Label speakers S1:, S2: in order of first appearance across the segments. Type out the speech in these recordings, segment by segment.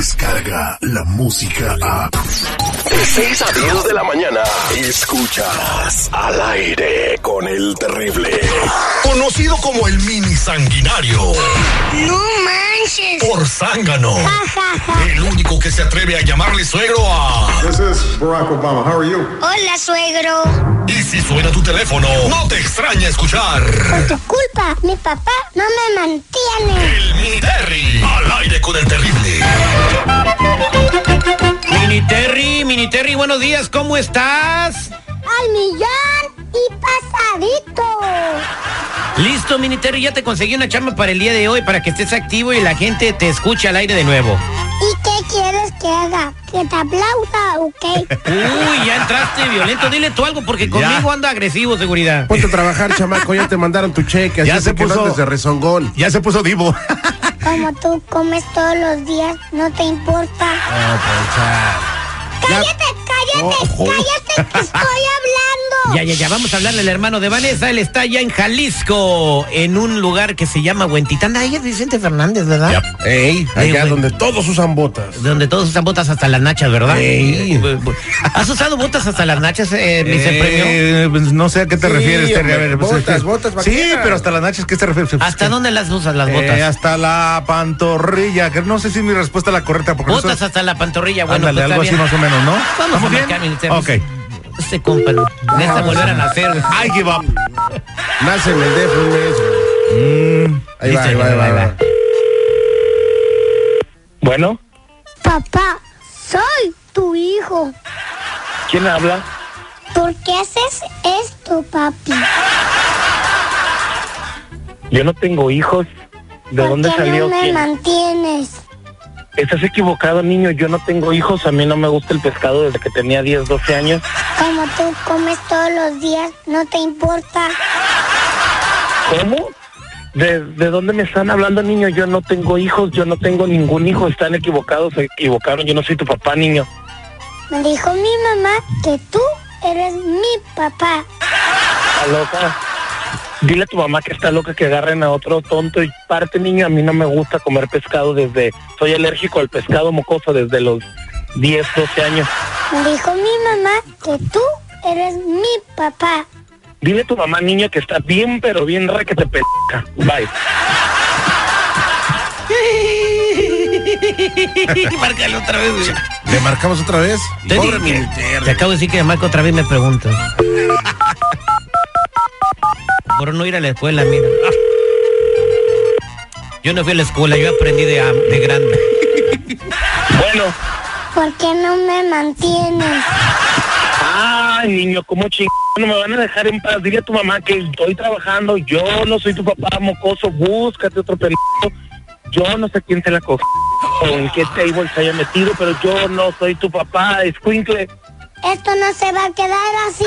S1: Escucha la música a.
S2: De 6 a 10 de la mañana. Escuchas al aire con el terrible. Conocido como el mini sanguinario.
S3: No manches.
S2: Por zángano.
S4: Oh.
S2: El único que se atreve a llamarle suegro a.
S5: This is Barack Obama. How are you?
S3: Hola, suegro.
S2: Y si suena tu teléfono, no te extraña escuchar.
S3: Por tu culpa, mi papá no me mantiene.
S2: El mini Terry. Al aire con el terrible.
S6: Mini Terry, Mini Terry, buenos días, ¿cómo estás?
S3: Al millón y pasadito.
S6: Listo, Mini Terry, ya te conseguí una charma para el día de hoy para que estés activo y la gente te escuche al aire de nuevo.
S3: ¿Y qué quieres que haga? Que te aplauda, ¿ok?
S6: Uy, ya entraste violento, dile tú algo porque conmigo anda agresivo, seguridad.
S7: Ponte a trabajar, chamaco, ya te mandaron tu cheque, así
S8: Ya se
S7: que no
S8: puso-
S7: andes de rezongón.
S8: Ya se puso divo.
S3: Como tú comes todos los días, no te importa. Cállate,
S4: Oh,
S3: cállate, cállate, que estoy hablando.
S6: Ya, ya, ya, vamos a hablarle al hermano de Vanessa, él está ya en Jalisco, en un lugar que se llama Huentitán. Ahí es Vicente Fernández, ¿verdad?
S7: Ey,
S6: Ey,
S7: allá
S6: güey.
S7: donde todos usan botas.
S6: Donde todos usan botas hasta las nachas, ¿verdad?
S7: Ey.
S6: ¿Has usado botas hasta las nachas, eh, vicepremio?
S8: Eh, pues, no sé a qué te
S7: Sí,
S8: refieres, Terry. A
S7: hombre,
S8: ver, pues,
S7: botas,
S8: es que-
S7: botas
S8: Sí,
S7: vaqueras.
S8: pero hasta las nachas, ¿qué te refieres? Pues,
S6: ¿Hasta
S8: que-
S6: dónde las usas las
S8: Eh,
S6: botas?
S8: hasta la pantorrilla, que no sé si mi respuesta es la correcta. Porque
S6: Botas
S8: nosotros-
S6: hasta la pantorrilla, bueno,
S8: Ándale,
S6: pues,
S8: algo
S6: está
S8: así
S6: bien.
S8: más o menos, ¿no?
S6: Vamos a
S8: ¿Estamos
S6: marcar, mi Terry.
S8: Ok.
S6: Este compa, ¿no? necesita volver a nacer. güey.
S8: I give up.
S7: Nace en el DF un mes, güey. Ahí va,
S6: Mm. Listo,
S7: ahí va, ahí
S6: ya,
S7: va,
S6: ahí va.
S7: ahí va.
S4: Bueno,
S3: Papá, soy tu hijo.
S4: ¿quién habla?
S3: ¿Por qué haces esto, papi?
S4: Yo no tengo hijos. ¿De
S3: ¿Por
S4: dónde
S3: qué
S4: salió?
S3: no me
S4: quién?
S3: mantienes?
S4: Estás equivocado, niño. Yo no tengo hijos. A mí no me gusta el pescado desde que tenía 10, 12 años.
S3: Como tú comes todos los días, no te importa.
S4: ¿Cómo? ¿De, de dónde me están hablando, niño? Yo no tengo hijos. Yo no tengo ningún hijo. Están equivocados. Se equivocaron. Yo no soy tu papá, niño.
S3: Me dijo mi mamá que tú eres mi papá.
S4: Está loca. Dile a tu mamá que está loca que agarren a otro tonto y parte, niño. A mí no me gusta comer pescado desde... Soy alérgico al pescado mocoso desde los 10, 12 años.
S3: Me dijo mi mamá que tú eres mi papá.
S4: Dile a tu mamá, niña, que está bien, pero bien re que te pesca. Bye.
S6: Márcale otra vez. güey.
S7: ¿Le marcamos otra vez?
S6: Te
S7: Pobre
S6: digo que-
S7: mi Terry.
S6: Te acabo de decir que Marco otra vez me pregunta. Por no ir a la escuela, mira. Yo no fui a la escuela, yo aprendí de, am- de grande.
S4: Bueno.
S3: ¿Por qué no me mantienes?
S4: Ay, niño, ¿cómo chingón no me van a dejar en paz? Dile a tu mamá que estoy trabajando. Yo no soy tu papá mocoso. Búscate otro pendejo. Yo no sé quién se la coge o en qué table se haya metido, pero yo no soy tu papá, escuincle.
S3: Esto no se va a quedar así.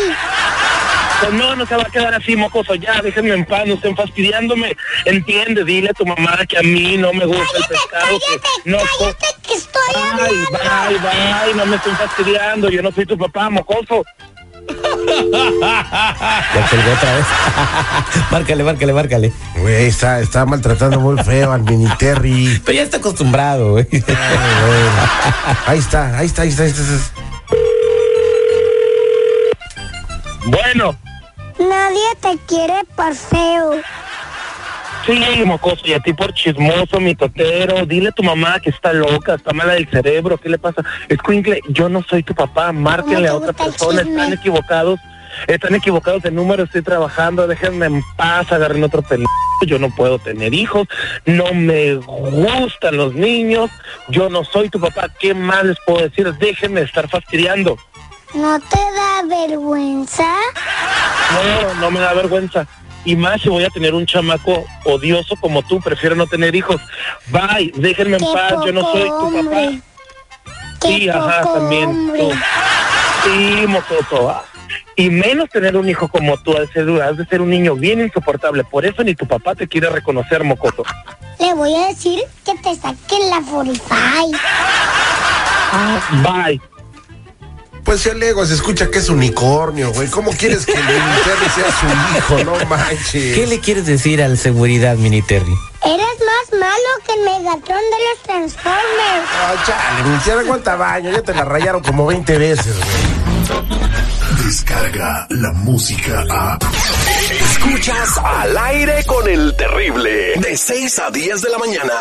S4: Pues no, no se va a quedar así, mocoso. Ya, déjenme en paz, no estén fastidiándome. Entiende, dile a tu mamá que a mí no me gusta el
S3: Cállate,
S4: pescado.
S3: cállate,
S4: que no co-
S3: cállate que estoy
S4: Ay,
S3: hablando.
S4: bye, bye, no me estoy fastidiando, yo no soy tu papá, mocoso.
S6: Márcale, márcale, márcale.
S7: Güey, está, está maltratando muy feo al mini Terry.
S6: Pero ya está acostumbrado, güey.
S7: Ay, güey. Ahí está, ahí está, ahí está, ahí está. ahí está.
S4: Bueno,
S3: Nadie te quiere por feo.
S4: sí, mocoso, y a ti por chismoso, mitotero, dile a tu mamá que está loca, está mala del cerebro, ¿qué le pasa? Escuincle, yo no soy tu papá, márquenle a
S3: ¿Cómo te gusta
S4: otra
S3: el
S4: persona,
S3: chisme?
S4: están equivocados, están equivocados de número, estoy trabajando, déjenme en paz, agarren otro pendejo. Yo no puedo tener hijos, no me gustan los niños, yo no soy tu papá, ¿qué más les puedo decir? Déjenme estar fastidiando.
S3: ¿No te da vergüenza?
S4: No, no me da vergüenza. Y más si voy a tener un chamaco odioso como tú, prefiero no tener hijos. Bye, déjenme
S3: Qué
S4: en paz,
S3: poco
S4: yo no soy tu
S3: hombre.
S4: papá.
S3: Qué
S4: sí,
S3: poco
S4: ajá, también.
S3: hombre.
S4: tú. Sí, mocoso. ah. Y menos tener un hijo como tú, has de ser, has de ser un niño bien insoportable. Por eso ni tu papá te quiere reconocer, mocoso.
S3: Le voy a decir que te saquen la 45.
S4: Bye.
S7: Pues el ego se escucha que es unicornio, güey. ¿Cómo quieres que el mini Terry sea su hijo? No manches.
S6: ¿Qué le quieres decir al seguridad, Mini Terry?
S3: Eres más malo que el Megatron de los Transformers.
S9: Ah, chale, ni siquiera aguanta baño, ya te la rayaron como 20 veces, güey.
S10: Descarga la música a.
S1: Escuchas al aire con el terrible de 6 a 10 de la mañana.